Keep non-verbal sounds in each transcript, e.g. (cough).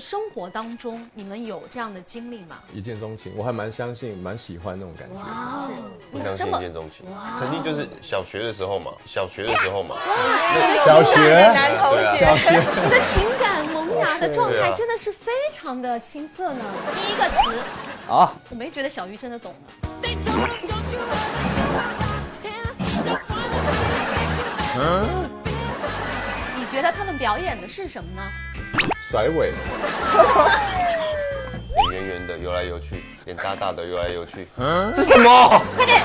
生活当中，你们有这样的经历吗？一见钟情，我还蛮相信，蛮喜欢那种感觉。哇哦，不你相信这一么见钟情，曾经就是小学的时候嘛，小学的时候嘛，哎啊小学男同小学，学，你的情感萌芽的状对态啊真的是非常的青涩呢。第一个词，啊，我没觉得小鱼真的懂呢。嗯你觉得他们表演的是什么呢？甩尾，脸圆圆的游来游去，脸大大的游来游去，快点！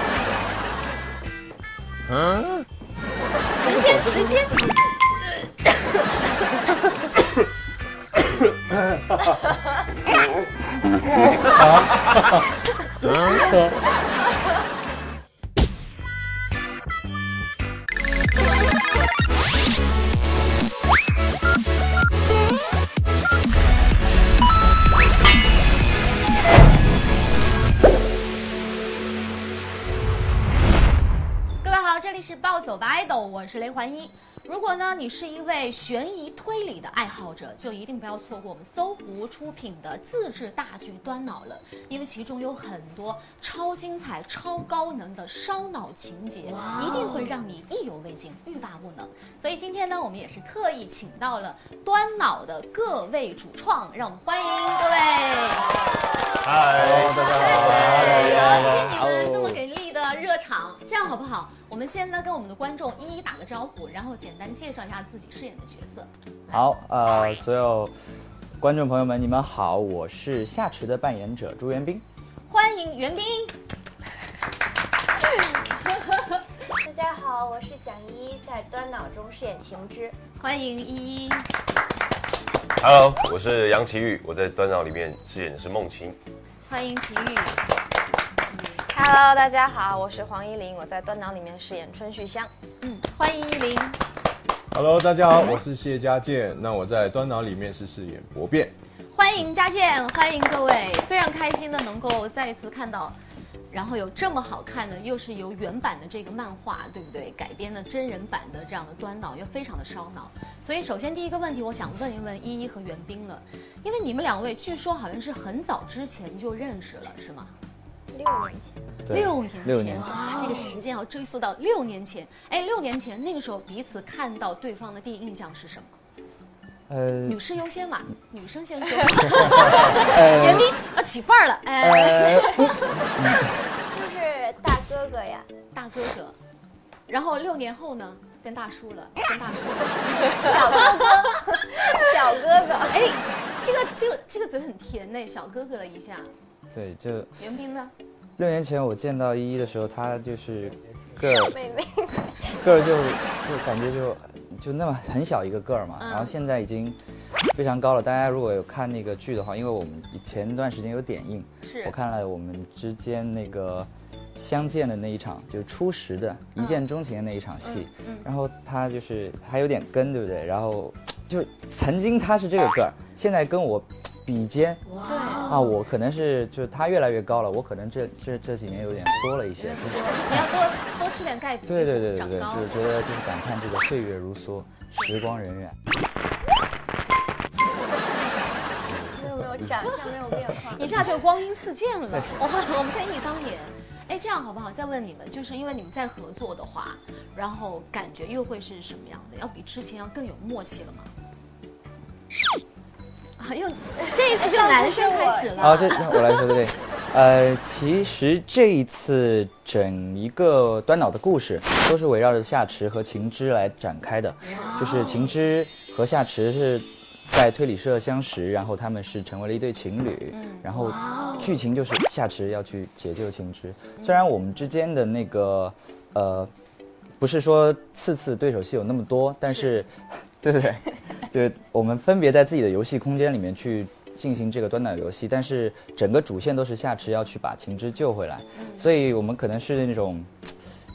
时间，时间。各位好，这里是暴走吧 idol，我是雷环一。如果呢你是一位悬疑推理的爱好者，就一定不要错过我们搜狐出品的自制大剧《端脑》了，因为其中有很多超精彩、超高能的烧脑情节，一定会让你意犹未尽、欲罢不能。所以今天呢，我们也是特意请到了《端脑》的各位主创，让我们欢迎各位。谢谢你们这么给力的热场，这样好不好？我们先呢跟我们的观众一一打个招呼，然后简单介绍一下自己饰演的角色。好，呃，所有观众朋友们，你们好，我是夏池的扮演者朱元斌。欢迎袁冰，大家好，我是蒋一，在端脑中饰演晴之。欢迎依依， Hello，我是杨奇煜，我在端脑里面饰演的是梦晴。欢迎齐豫。 Hello，大家好，我是黄依玲，我在端脑里面饰演春旭香。嗯，欢迎依林， Hello，大家好，我是谢家健。那我在端脑里面是饰演博变，欢迎佳健，欢迎各位，非常开心的能够再一次看到，然后有这么好看的，又是由原版的这个漫画，对不对？改编的真人版的这样的端脑，又非常的烧脑。所以首先第一个问题，我想问一问依依和袁冰了，因为你们两位据说好像是很早之前就认识了，是吗？六年前，对六年前，六年前哇这个时间要追溯到六年前。哎，六年前那个时候彼此看到对方的第一印象是什么？呃女士优先嘛，女生先说。袁冰啊，起范儿了，哎， (laughs) 呃，就是大哥哥呀， (laughs) 大哥哥。然后六年后呢，变大叔了，变大叔了。小哥哥，小哥哥。哎，这个这个这个嘴很甜呢，小哥哥了一下。对，就袁冰呢？六年前我见到依依的时候，她就是个 (laughs) 儿妹妹，个儿就就感觉就就那么很小一个个儿嘛，嗯然后现在已经非常高了。大家如果有看那个剧的话，因为我们前段时间有点映，是我看了我们之间那个相见的那一场，就是初识的一见钟情的那一场戏。嗯嗯嗯然后他就是还有点跟，对不对？然后就是曾经他是这个个啊儿，现在跟我比肩对，啊，我可能是就是他越来越高了，我可能这这这几年有点缩了一些。就是你要多多吃点钙，对对对对长对，高就是觉得就是感叹这个岁月如梭，时光荏苒。 (laughs) 没有没有，长相没有变化。一下就光阴似箭了。哇， (laughs) 我们在忆当年。哎，这样好不好？再问你们，就是因为你们在合作的话，然后感觉又会是什么样的？要比之前要更有默契了吗？ (laughs) 啊，又这一次就男生开始了。好，啊这那我来说对，呃，其实这一次整一个端脑的故事都是围绕着夏池和晴之来展开的，就是晴之和夏池是在推理社相识，然后他们是成为了一对情侣，然后剧情就是夏池要去解救晴之，虽然我们之间的那个呃。不是说次次对手戏有那么多，但是， (laughs) 对不对？就是我们分别在自己的游戏空间里面去进行这个端脑游戏，但是整个主线都是夏池要去把晴之救回来，所以我们可能是那种。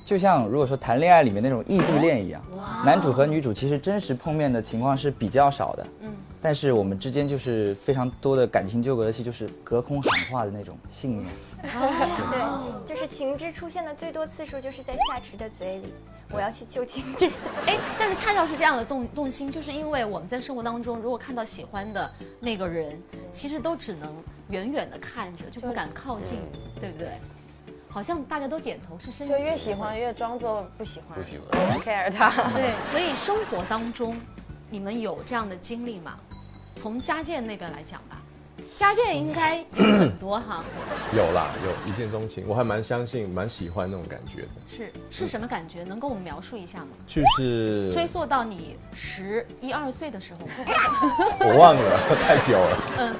就像如果说谈恋爱里面那种异地恋一样，男主和女主其实真实碰面的情况是比较少的。嗯，但是我们之间就是非常多的感情纠葛的戏，就是隔空喊话的那种信念。对，就是情之出现的最多次数就是在夏池的嘴里，我要去救情之。 (laughs) 哎，但是恰恰是这样的动动心，就是因为我们在生活当中，如果看到喜欢的那个人，其实都只能远远的看着，就不敢靠近，对不对？好像大家都点头是身体就越喜欢越装作不喜欢，不喜欢不 care 他。 (laughs) 对，所以生活当中，你们有这样的经历吗？从家健那边来讲吧，家健应该有很多 (clears throat) 哈，有啦，有一见钟情，我还蛮相信、蛮喜欢那种感觉的。是是什么感觉？能跟我们描述一下吗？就是追溯到你十一二岁的时候吗， (laughs) 我忘了，太久了。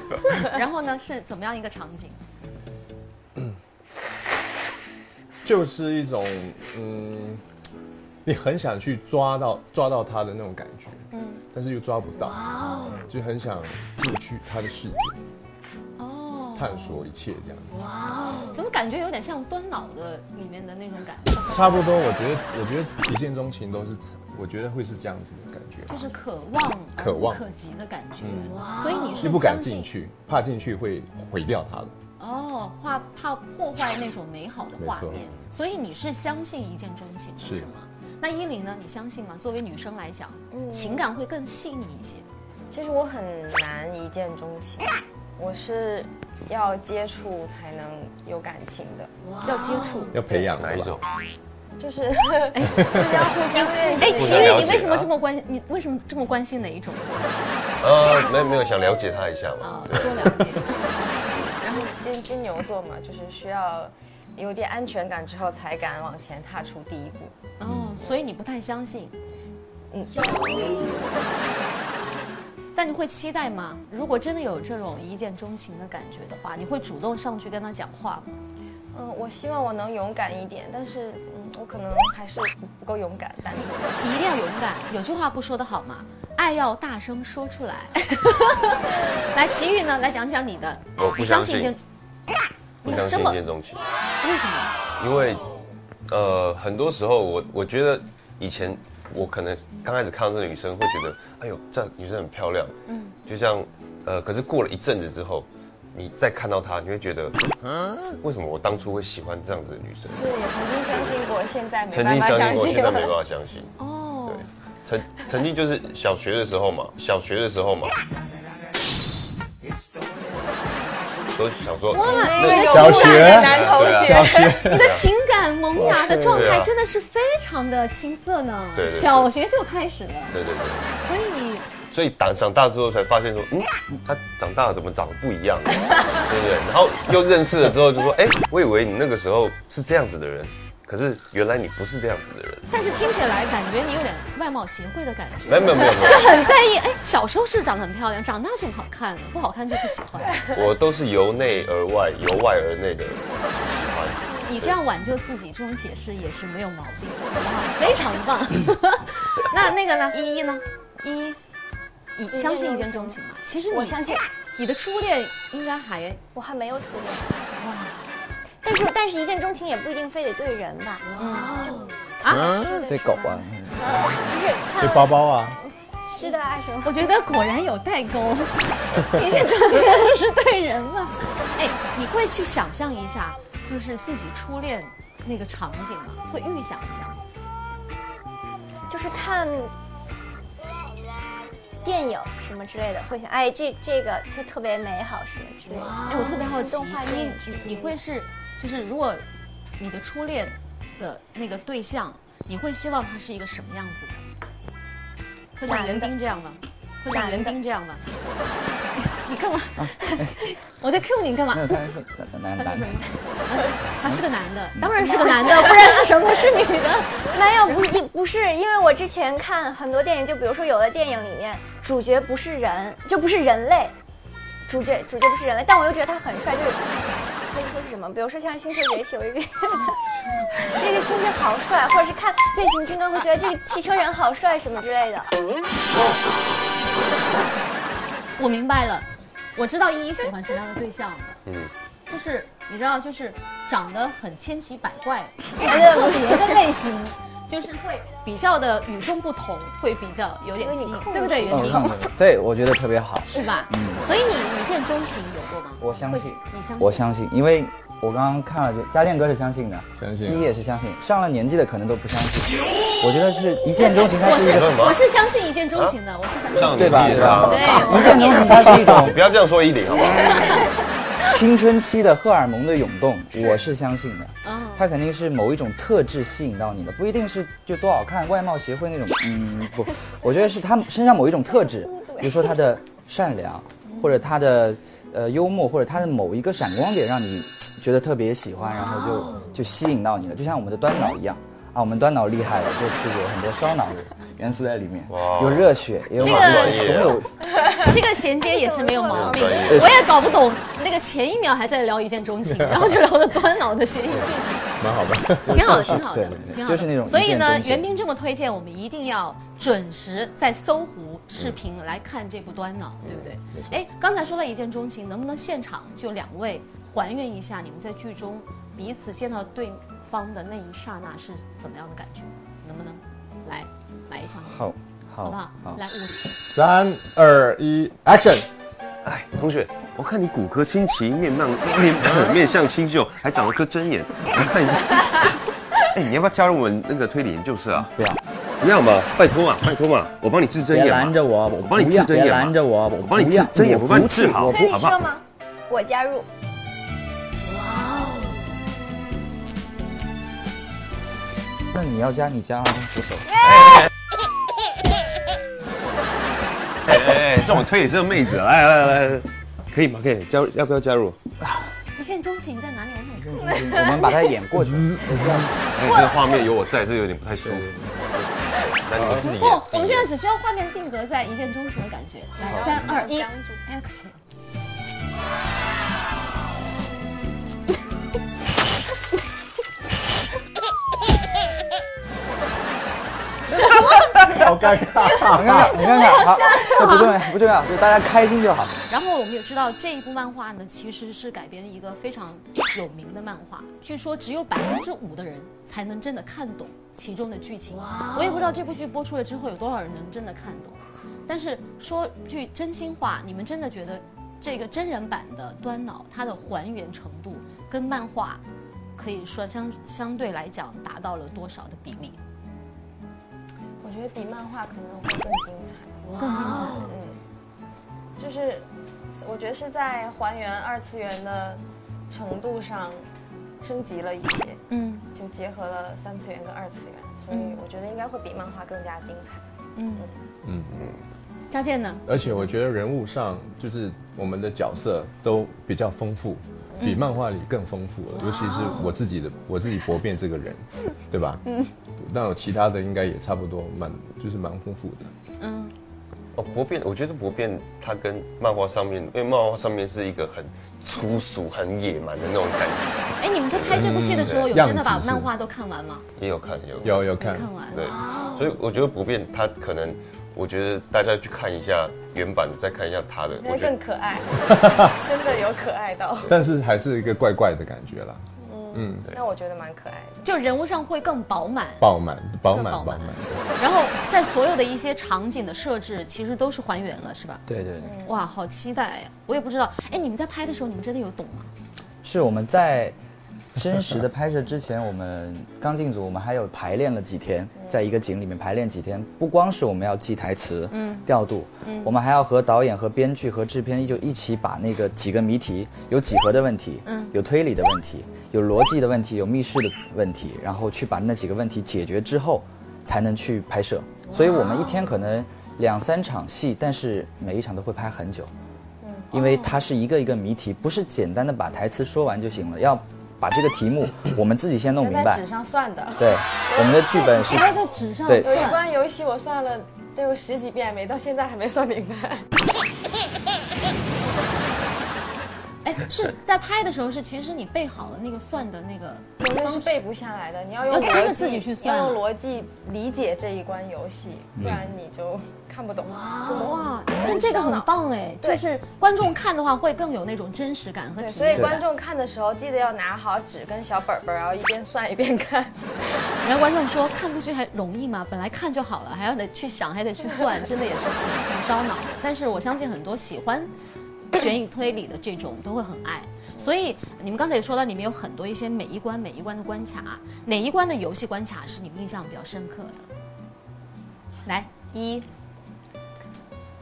然后呢是怎么样一个场景？就是一种嗯，你很想去抓到抓到他的那种感觉，嗯，但是又抓不到，就很想进去他的世界，哦，探索一切这样子。怎么感觉有点像端脑的里面的那种感觉，差不多，我觉得，我觉得一见钟情都是，我觉得会是这样子的感觉，就是可望而渴望嗯不可及的感觉。所以你是是不敢相信进去，怕进去会毁掉他的。哦，怕怕破坏那种美好的画面没，所以你是相信一见钟情的是是吗？那依琳呢？你相信吗？作为女生来讲，情感会更细腻一些。其实我很难一见钟情，我是要接触才能有感情的，要接触。要培养哪一种？？就是 (laughs) 哎就是要互相认识。哎，不齐想豫了，你解为什么啊这么关？你为什么这么关心哪一 (laughs) 种呃，没有没有，想了解他一下嘛啊？。对多了解。哎然后金金牛座嘛，就是需要有点安全感之后才敢往前踏出第一步。嗯哦，所以你不太相信。嗯，但你会期待吗？如果真的有这种一见钟情的感觉的话，你会主动上去跟他讲话吗？嗯，我希望我能勇敢一点，但是嗯，我可能还是不够勇敢，但是你一定要勇敢。有句话不说得好吗？爱要大声说出来。 (laughs) 来，齐豫呢？来讲讲你的。我不你相信一见信，不你相信这一么见钟情，为什么？因为呃，很多时候我我觉得以前我可能刚开始看到这个女生会觉得，哎呦，这女生很漂亮，嗯，就像呃，可是过了一阵子之后。你再看到她，你会觉得，啊为什么我当初会喜欢这样子的女生？就是也曾经相信过，现在没曾办经法相相信过，信现在了。没办法相信。哦，曾曾经就是小学的时候嘛，小学的时候 (laughs) 嘛，都想说，哇， (laughs) 那你个的勇小情感，学敢的男同啊学，你的情感萌芽的状对态啊真的是非常的青涩呢。对对对小学就开始了，对对对，所以你所以长长大之后才发现说，嗯，他长大了怎么长得不一样了， (laughs) 对不对？然后又认识了之后就说，哎，我以为你那个时候是这样子的人，可是原来你不是这样子的人，但是听起来感觉你有点外貌协会的感觉，没有没有没有没有。就很在意。哎，小时候是长得很漂亮，长大就很好看了，不好看就不喜欢。我都是由内而外，由外而内的喜欢。你这样挽救自己，这种解释也是没有毛病，好不好？非常 (laughs) 棒。那那个呢？依依呢？依依，你相信一见钟情吗？其实你我相信，你的初恋应该还我还没有初恋。哇！但是但是一见钟情也不一定非得对人吧？啊，对狗啊，就是看对到包包啊，吃的啊什么。我觉得果然有代 (laughs) 沟，一见钟情是对人了。哎，你会去想象一下，就是自己初恋那个场景吗？会预想一下吗？就是看电影什么之类的，会想，哎，这这个就特别美好什么之类的。哎，我特别好奇，哦动画电影之类的你你会是，就是如果你的初恋的那个对象，你会希望他是一个什么样子的？会像男的袁冰这样吗？会像男的袁冰这样吗？ (laughs) 你干嘛？ (laughs) 我在 Q 你干嘛没？有，他是男男男，他是个男的，当然是嗯个男的，不然是什么是女的？没有，不是，一不是，因为我之前看很多电影，就比如说有的电影里面主角不是人，就不是人类，主角主角不是人类，但我又觉得他很帅，就是可以说是什么，比如说像《星球崛起》，我就觉得 (laughs) 那个星星好帅，或者是看《变形金刚》，会觉得这个汽车人好帅什么之类的。我明白了，我知道依依喜欢什么样的对象了。嗯嗯， (laughs) 就是你知道，就是长得很千奇百怪、哎呀特别的类型，就是会比较的与众不同，会比较有点吸引有点，控对不对，制袁明？嗯，对，我觉得特别好。是吧？所以你一见钟情有过吗？嗯我相信会你相信，我相信，因为我刚刚看了，就家电哥是相信的，相信啊一也是相信，上了年纪的可能都不相信。我觉得是一见钟情，它我是一个，是我是相信一见钟情的，我是相信。上对吧？年纪对了啊吧？对一见钟情它是一种你不要这样说依林好不好？青春期的荷尔蒙的涌动，我是相信的。嗯它肯定是某一种特质吸引到你的，不一定是就多好看、外貌协会那种。嗯，不，我觉得是他身上某一种特质，比如说他的善良，或者他的呃幽默，或者他的某一个闪光点，让你嘖觉得特别喜欢，然后就就吸引到你了，就像我们的端脑一样。啊，我们端脑厉害了，这次有很多烧脑的元素在里面，哇有热血，也有这马个克思，总有这个衔接也是没有毛病有点专，业我也搞不懂。那个前一秒还在聊一见钟情，然后就聊的端脑的悬疑剧情，蛮好的。挺好的，挺好的对对，对挺好的。就是那种所以呢一见钟，情袁冰这么推荐，我们一定要准时在搜狐视频来看这部端脑，对不对？哎，刚才说到一见钟情，能不能现场就两位还原一下你们在剧中彼此见到对方的那一刹那是怎么样的感觉？能不能来来一下？好，好好不好？来，我三二一，Action！哎，同学，我看你骨骼清奇，面貌 (laughs) 面呃面相清秀，还长了颗针眼，你看一下。 (laughs) 哎，你要不要加入我们那个推理研究社啊？不要，不要嘛，拜托嘛，拜托嘛，我帮你治针眼别嘛。拦着我，我我帮你不要治针眼别嘛拦着我，我我帮你不治要针眼，我我帮你不治好，我推理好不社好？吗？我加入。那你要加你加啊，无所谓。哎哎，哎这种推理社妹子，啊哎来来来来，可以吗？可以加入，要不要加入？一见钟情在哪里？我很我们把它演过去，哎，这个画面有我在，这有点不太舒服。那你们自己不演。，我们现在只需要画面定格在一见钟情的感觉。来，三二一，action！好尴尬。很尴尬，很尴尬，好，这不重要，不重要，就大家开心就好。然后我们也知道这一部漫画呢，其实是改编一个非常有名的漫画，据说只有百分之五的人才能真的看懂其中的剧情。我也不知道这部剧播出了之后有多少人能真的看懂。但是说句真心话，你们真的觉得这个真人版的端脑它的还原程度跟漫画可以说相相对来讲达到了多少的比例？我觉得比漫画可能会更精彩。哇，哦嗯，就是我觉得是在还原二次元的程度上升级了一些，嗯就结合了三次元跟二次元，所以我觉得应该会比漫画更加精彩。嗯嗯，佳健呢？而且我觉得人物上就是我们的角色都比较丰富，比漫画里更丰富了。尤其是我自己的，我自己博变这个人，对吧？嗯。那我其他的应该也差不多，蛮就是蛮丰富的。嗯，哦，博变，我觉得博变它跟漫画上面，因为漫画上面是一个很粗俗、很野蛮的那种感觉。哎，你们在拍这部戏的时候，嗯有真的把样子是漫画都看完吗？也有看，也有看有有看，看完。对，所以我觉得不变，它可能，我觉得大家去看一下原版的，再看一下它的，那我觉更得可爱， (laughs) 真的有可爱到，但是还是一个怪怪的感觉啦。嗯，那我觉得蛮可爱的。就人物上会更饱满，饱满，饱满，饱饱满满。然后在所有的一些场景的设置，其实都是还原了，是吧？对对对，哇，好期待呀！我也不知道，哎，你们在拍的时候，你们真的有懂吗？是我们在真实的拍摄之前，我们刚进组，我们还有排练了几天，在一个景里面排练几天，不光是我们要记台词、调度，我们还要和导演、和编剧、和制片就一起把那个几个谜题，有几何的问题，有推理的问题，有逻辑的问题，有密室的问题，然后去把那几个问题解决之后，才能去拍摄。所以我们一天可能两三场戏，但是每一场都会拍很久。因为它是一个一个谜题，不是简单的把台词说完就行了，要把这个题目我们自己先弄明那在白纸。上算的，对，我们的剧本是，还在纸上对有一关游戏我算了得有十几遍没，到现在还没算明白。哎，是在拍的时候是，其实你备好了那个算的那个有的方式，是背不下来的，你要要用真逻的辑自己去算要用逻辑理解这一关游戏，不然你就看不懂。就没哇，那这个很棒哎，就对是观众看的话会更有那种真实感和对，体所以验观感。众看的时候记得要拿好纸跟小本本，然后一边算一边看，然后观众说看部剧还容易吗？本来看就好了，还要得去想，还得去算，真的也是挺挺烧脑的。但是我相信很多喜欢悬疑推理的这种都会很爱。所以你们刚才也说到，里面有很多一些每一关每一关的关卡，哪一关的游戏关卡是你们印象比较深刻的？来，一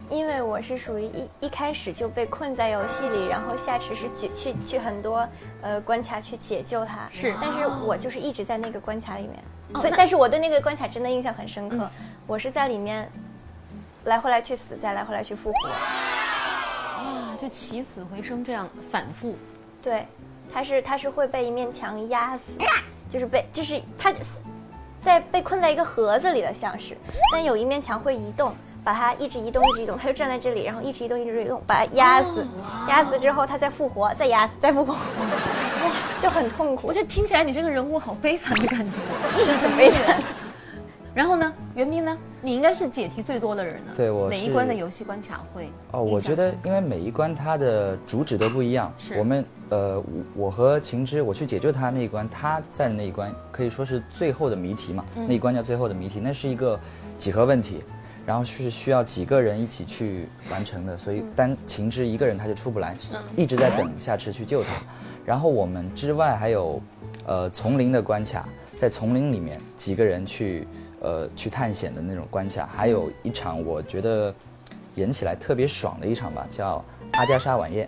因为我是属于一一开始就被困在游戏里，然后夏池是去去去很多呃关卡去解救他，是但是我就是一直在那个关卡里面，哦所以那嗯但是我对那个关卡真的印象很深刻，我是在里面来回来去死，再来回来去复活，啊，就起死回生这样反复，对，他是他是会被一面墙压死，就是被这是他在被困在一个盒子里的像是，但有一面墙会移动，把它一直移动一直移动，他就站在这里，然后一直移动一直移动，把它压死，压死之后他再复活，再压死，再复活， (laughs) 哇，就很痛苦我。觉得听起来你这个人物好悲惨的感觉，是很悲惨。然后呢，袁斌呢，你应该是解题最多的人呢。对我哪一是关的游戏关卡会？哦，我觉得因为每一关它的主旨都不一样是，我们呃，我我和秦之我去解救他那一关，他在的那一关可以说是最后的谜题嘛，那一关叫最后的谜题，那是一个几何问题，然后是需要几个人一起去完成的，所以单秦之一个人他就出不来，一直在等夏池去救他。然后我们之外还有，呃，丛林的关卡，在丛林里面几个人去呃去探险的那种关卡，还有一场我觉得演起来特别爽的一场吧，叫阿加莎晚宴。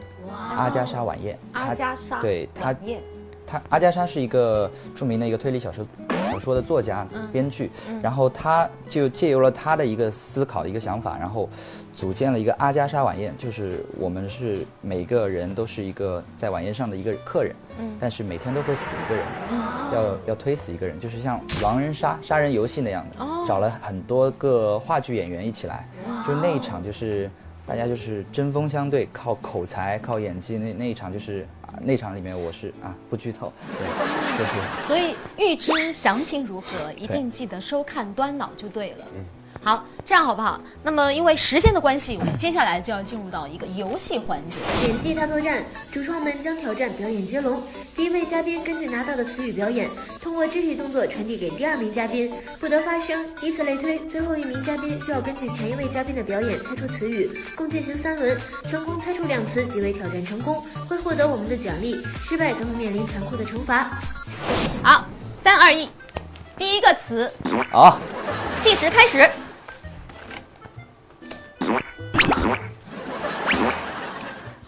阿加莎晚宴，哦阿它加莎对他晚宴他阿加莎是一个著名的一个推理小说小说的作家、编剧，嗯然后他就借由了他的一个思考、一个想法，然后组建了一个阿加莎晚宴，就是我们是每个人都是一个在晚宴上的一个客人，嗯但是每天都会死一个人，要要推死一个人，就是像狼人杀杀人游戏那样的，哦找了很多个话剧演员一起来，就那一场就是。大家就是针锋相对，靠口才、靠演技。那那一场就是、啊那场里面我是啊不剧透，对，就是所以预知详情如何，一定记得收看端脑就对了。嗯好，这样好不好？那么因为时间的关系，我们接下来就要进入到一个游戏环节。演技大作战，主创们将挑战表演接龙。第一位嘉宾根据拿到的词语表演，通过肢体动作传递给第二名嘉宾，不得发声，以此类推。最后一名嘉宾需要根据前一位嘉宾的表演猜出词语，共进行三轮，成功猜出两词即为挑战成功，会获得我们的奖励；失败则会面临残酷的惩罚。好，三二一，第一个词，哦啊计时开始。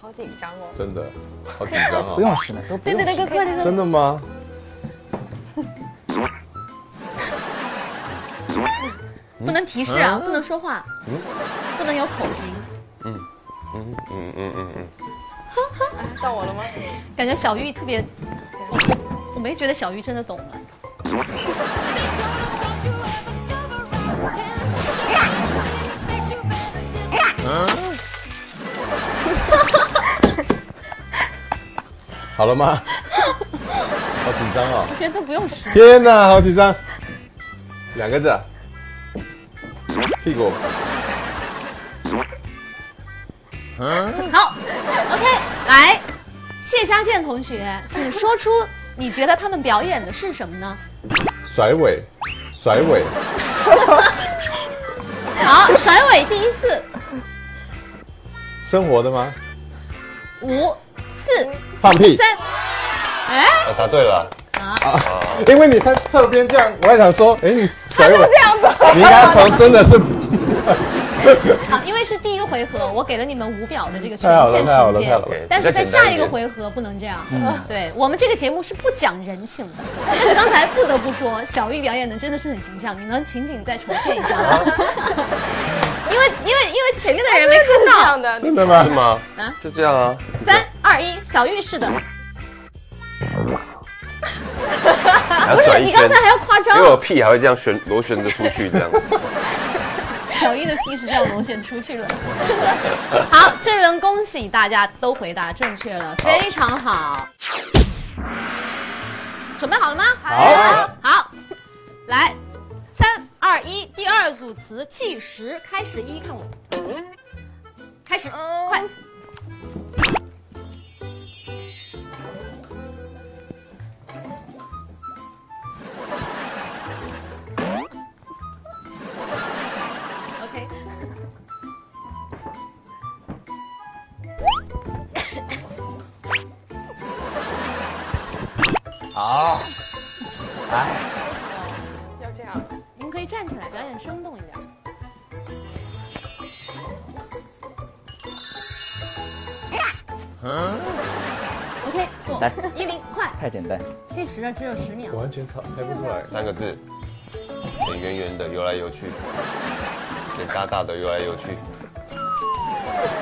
好紧张哦。真的好紧张不啊！用试了，都不对用对对，试哥哥，对对真的吗？不能提示嗯啊，不能说话，不能有口型，嗯嗯嗯嗯 (laughs) 嗯，哎，到我了吗？感觉小玉特别，我没觉得小玉真的懂啊。好了 (laughs) 吗？好紧张哦！我觉得不用说，天哪，好紧张！两个字啊，屁股。好，OK，来，谢家健同学，请说出你觉得他们表演的是什么呢？甩尾，甩尾，好，甩尾第一次，生活的吗？五、四、放屁！三，哎，啊答对了，啊因为你看侧边这样，我还想说，哎，你甩尾这样子，你应该从真 (laughs) 的是，好，因为是第一个回合，我给了你们五秒的这个权太好了限太好了时太间好了 OK，，但是哎比较在简下单一一个点嗯回合不能这样。对我们这个节目是不讲人情的，但是刚才不得不说，小玉表演的真的是很形象，你能情景再重现一下吗？ (laughs) 因为因为因为前面的人没这看到。样的，真的吗是？吗？啊就这样啊，三二一，小玉是的，然不后是转你一刚圈才，还要夸因为我张，啊屁还会这样旋螺旋着出去，这样。 (laughs) 小玉的屁是这样螺旋出去了。好，这轮恭喜大家都回答正确了，非常好。准备好了吗？好，好，来，三二一，第二组词计时开始，一看我，开始，快，啊，要这样。你们可以站起来，表演生动一点。OK，做来一零快，太简单，计时了，只有十秒我。完全猜猜不出来。三个字，脸圆圆的游来游去，脸大大的游来游去，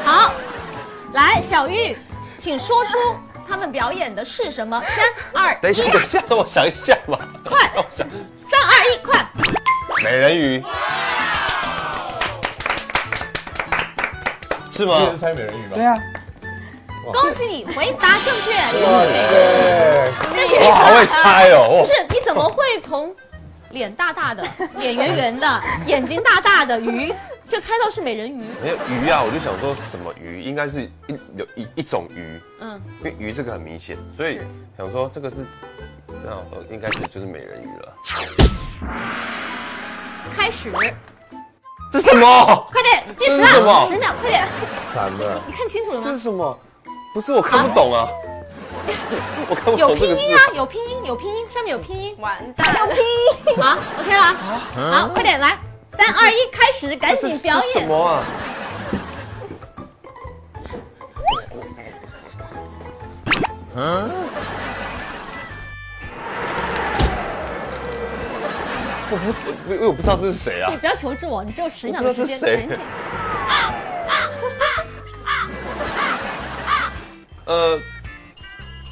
好，来，小玉，请说出他们表演的是什么？三二等一一下，，等一下，让我想一下吧。快 (laughs) 让我想，三二一，快！美人鱼，是你也是吗？猜美人鱼吧？对啊，恭喜你回答正确，就是美人。对，但是你哇，好会怎么？猜哦不！啊是，你怎么会从脸大大的、 (laughs) 脸圆圆的、眼睛大大的鱼，就猜到是美人鱼？没有鱼啊，我就想说什么鱼，应该是一有一一种鱼，嗯，因为鱼这个很明显，所以是想说这个是，那呃应该是就是美人鱼了。开始，这什么？快点，计时这是什了，么十秒，快点！惨了。你看清楚了这是吗？什么？不是我看不懂啊， (laughs) 我看不有懂这拼个音字。啊，有拼音，有拼音，上面有拼音。完蛋，好，OK 了啊，好，快点来，三二一，开始，赶这紧是哎表这是什演。么啊？啊我不我因为我不知道这是谁啊你！不要求助我，你只有十秒的时间，我不知道是谁赶紧。呃，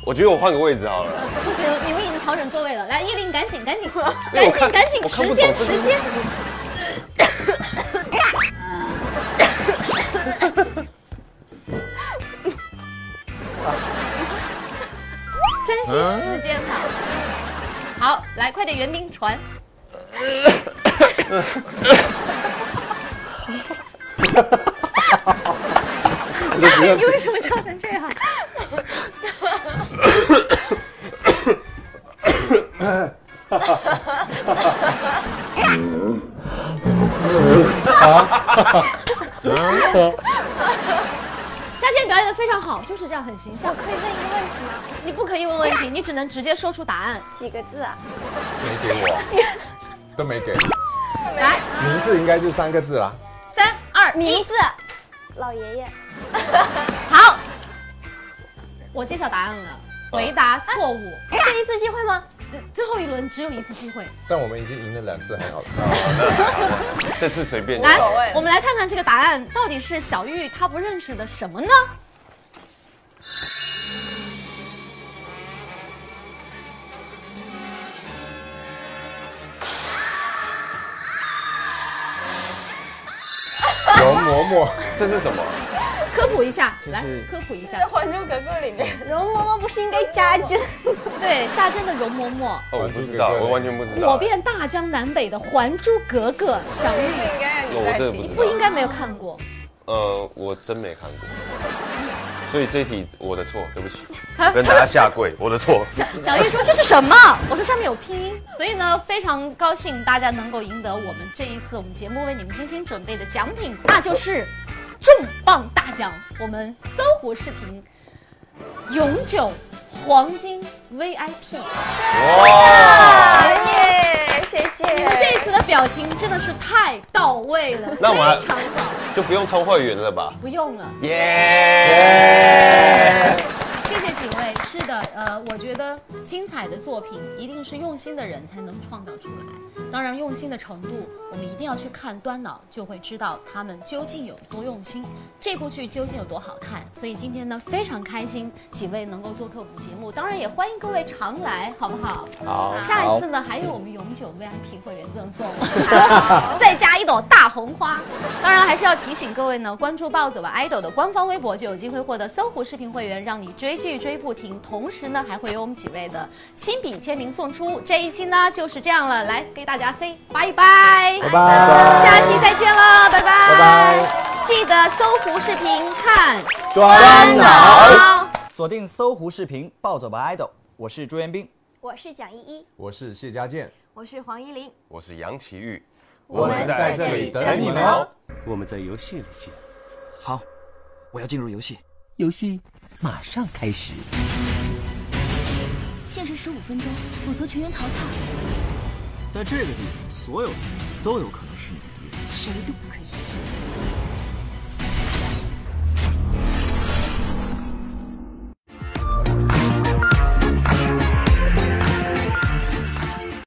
我觉得我换个位置好了。不行，你们已经调整座位了。来，依琳，赶紧，赶紧，因为赶哎我看紧，赶紧，我看时不间，懂时间。啊 (laughs) 啊珍惜时间吧。好，来，快点，援兵传。 (laughs) 张姐，你为什么笑成这样？佳倩表演的非常好，就是这样，很形象。可以问一个问题吗？你不可以问问题，你只能直接说出答案。几个字啊？没给我，都没给。来，名字应该就三个字啦。三二名一，字，老爷爷。好。我揭晓答案了，回答错误。这一次机会吗？对，最后一轮只有一次机会。但我们已经赢了两次，很好看。这次随便你。来所谓，我们来看看这个答案到底是小玉她不认识的什么呢？ (laughs) 容嬷嬷，这是什么？科普一下，这来是科普一下。在《还珠格格》里面，容嬷嬷不是应该扎针？对，扎针的容嬷嬷。哦，我不知道，我完全不知道。火遍大江南北的《还珠格格》，小不玉应该让你哦我在这个比不知不道。应该没有看过。呃，我真没看过，所以这一题我的错，对不起，啊跟大家下跪，我的错。小小玉说这是什么？我说上面有拼音，所以呢，非常高兴大家能够赢得我们这一次我们节目为你们精心准备的奖品，那就是重磅大奖，我们搜狐视频永久黄金 VIP。哇！耶，谢谢。你们这一次的表情真的是太到位了，那我还非常好，就不用充会员了吧？不用了。耶！谢谢几位。是的，呃，我觉得精彩的作品一定是用心的人才能创造出来。当然，用心的程度，我们一定要去看端脑，就会知道他们究竟有多用心，这部剧究竟有多好看。所以今天呢，非常开心几位能够做客我们节目，当然也欢迎各位常来，好不好？好下一次呢，还有我们永久 VIP 会员赠送， (laughs) 再加一朵大红花。当然，还是要提醒各位呢，关注暴走吧 idol 的官方微博，就有机会获得搜狐视频会员，让你追剧追不停。同时呢，还会有我们几位的亲笔签名送出。这一期呢就是这样了，来给大家 say 拜拜，拜 (laughs) 拜，下期再见了，拜拜，拜拜，记得搜狐视频看专脑。锁定搜狐视频，暴走吧 idol，我是朱元斌， (laughs) 我是蒋依依，我是谢家健，我是黄依玲，我是杨奇玉，我们在这里等你们哦。我们在游戏里见。好，我要进入游戏。游戏马上开始。限时十五分钟，否则全员淘汰。在这个地方，所有人都有可能是你的敌人。谁都不可以信。